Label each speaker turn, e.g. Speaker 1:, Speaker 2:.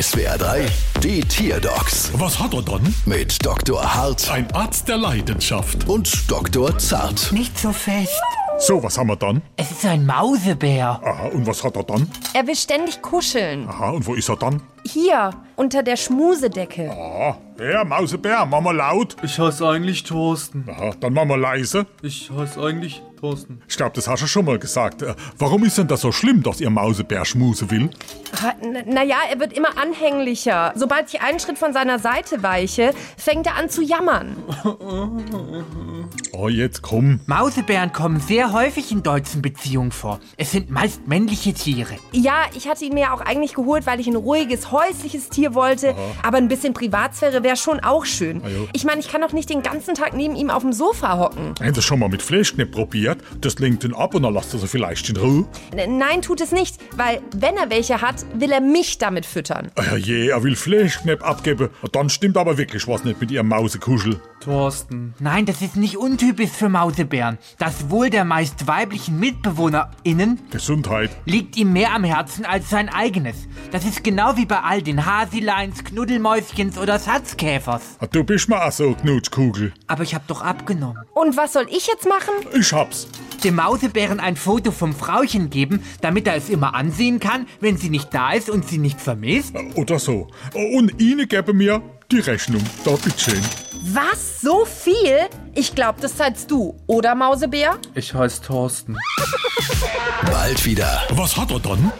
Speaker 1: SWR 3, die Tierdocs
Speaker 2: Was hat er dann?
Speaker 1: mit Dr. Hart
Speaker 2: Ein Arzt der Leidenschaft.
Speaker 1: und Dr. Zart.
Speaker 3: Nicht so fest.
Speaker 2: So, was haben wir dann?
Speaker 3: Es ist ein Mausebär.
Speaker 2: Aha, und was hat er dann?
Speaker 4: Er will ständig kuscheln.
Speaker 2: Aha, und wo ist er dann?
Speaker 4: Hier, unter der Schmusedecke.
Speaker 2: Ah, Bär, Mausebär, machen wir laut.
Speaker 5: Ich heiße eigentlich Thorsten.
Speaker 2: Aha, dann machen wir leise.
Speaker 5: Ich heiße eigentlich Thorsten.
Speaker 2: Ich glaube, das hast du schon mal gesagt. Äh, Warum ist denn das so schlimm, dass ihr Mausebär schmusen will?
Speaker 4: Ha- n- Naja, er wird immer anhänglicher. Sobald ich einen Schritt von seiner Seite weiche, fängt er an zu jammern.
Speaker 2: Oh, jetzt komm.
Speaker 3: Mausebären kommen sehr häufig in deutschen Beziehungen vor. Es sind meist männliche Tiere.
Speaker 4: Ja, ich hatte ihn mir auch eigentlich geholt, weil ich ein ruhiges, häusliches Tier wollte. Aber ein bisschen Privatsphäre wäre schon auch schön.
Speaker 2: jo.
Speaker 4: Ich meine, ich kann doch nicht den ganzen Tag neben ihm auf dem Sofa hocken.
Speaker 2: Haben Sie schon mal mit Fleischknepp probiert? Das lenkt ihn ab und dann lasst ihr sie vielleicht in Ruhe.
Speaker 4: N nein, tut es nicht, weil wenn er welche hat, will er mich damit füttern.
Speaker 2: Ah, je, er will Fleischknepp abgeben. Dann stimmt aber wirklich was nicht mit ihrem Mausekuschel.
Speaker 5: Thorsten.
Speaker 3: Nein, das ist nicht untypisch für Mausebären. Das Wohl der meist weiblichen MitbewohnerInnen
Speaker 2: Gesundheit.
Speaker 3: liegt ihm mehr am Herzen als sein eigenes. Das ist genau wie bei all den Hasileins, Knuddelmäuschens oder Satzkäfers.
Speaker 2: Ah, Du bist mal auch so, Knutschkugel.
Speaker 3: Aber ich hab doch abgenommen.
Speaker 4: Und was soll ich jetzt machen?
Speaker 2: Ich hab's.
Speaker 3: Dem Mausebären ein Foto vom Frauchen geben, damit er es immer ansehen kann, wenn sie nicht da ist und sie nicht vermisst?
Speaker 2: Oder so. Und Ihnen gebe mir die Rechnung. Da bitteschön.
Speaker 4: Was? So viel? Ich glaube, das zahlst du, oder Mausebär?
Speaker 5: Ich heiße Thorsten.
Speaker 1: Bald wieder.
Speaker 2: Was hat er dann?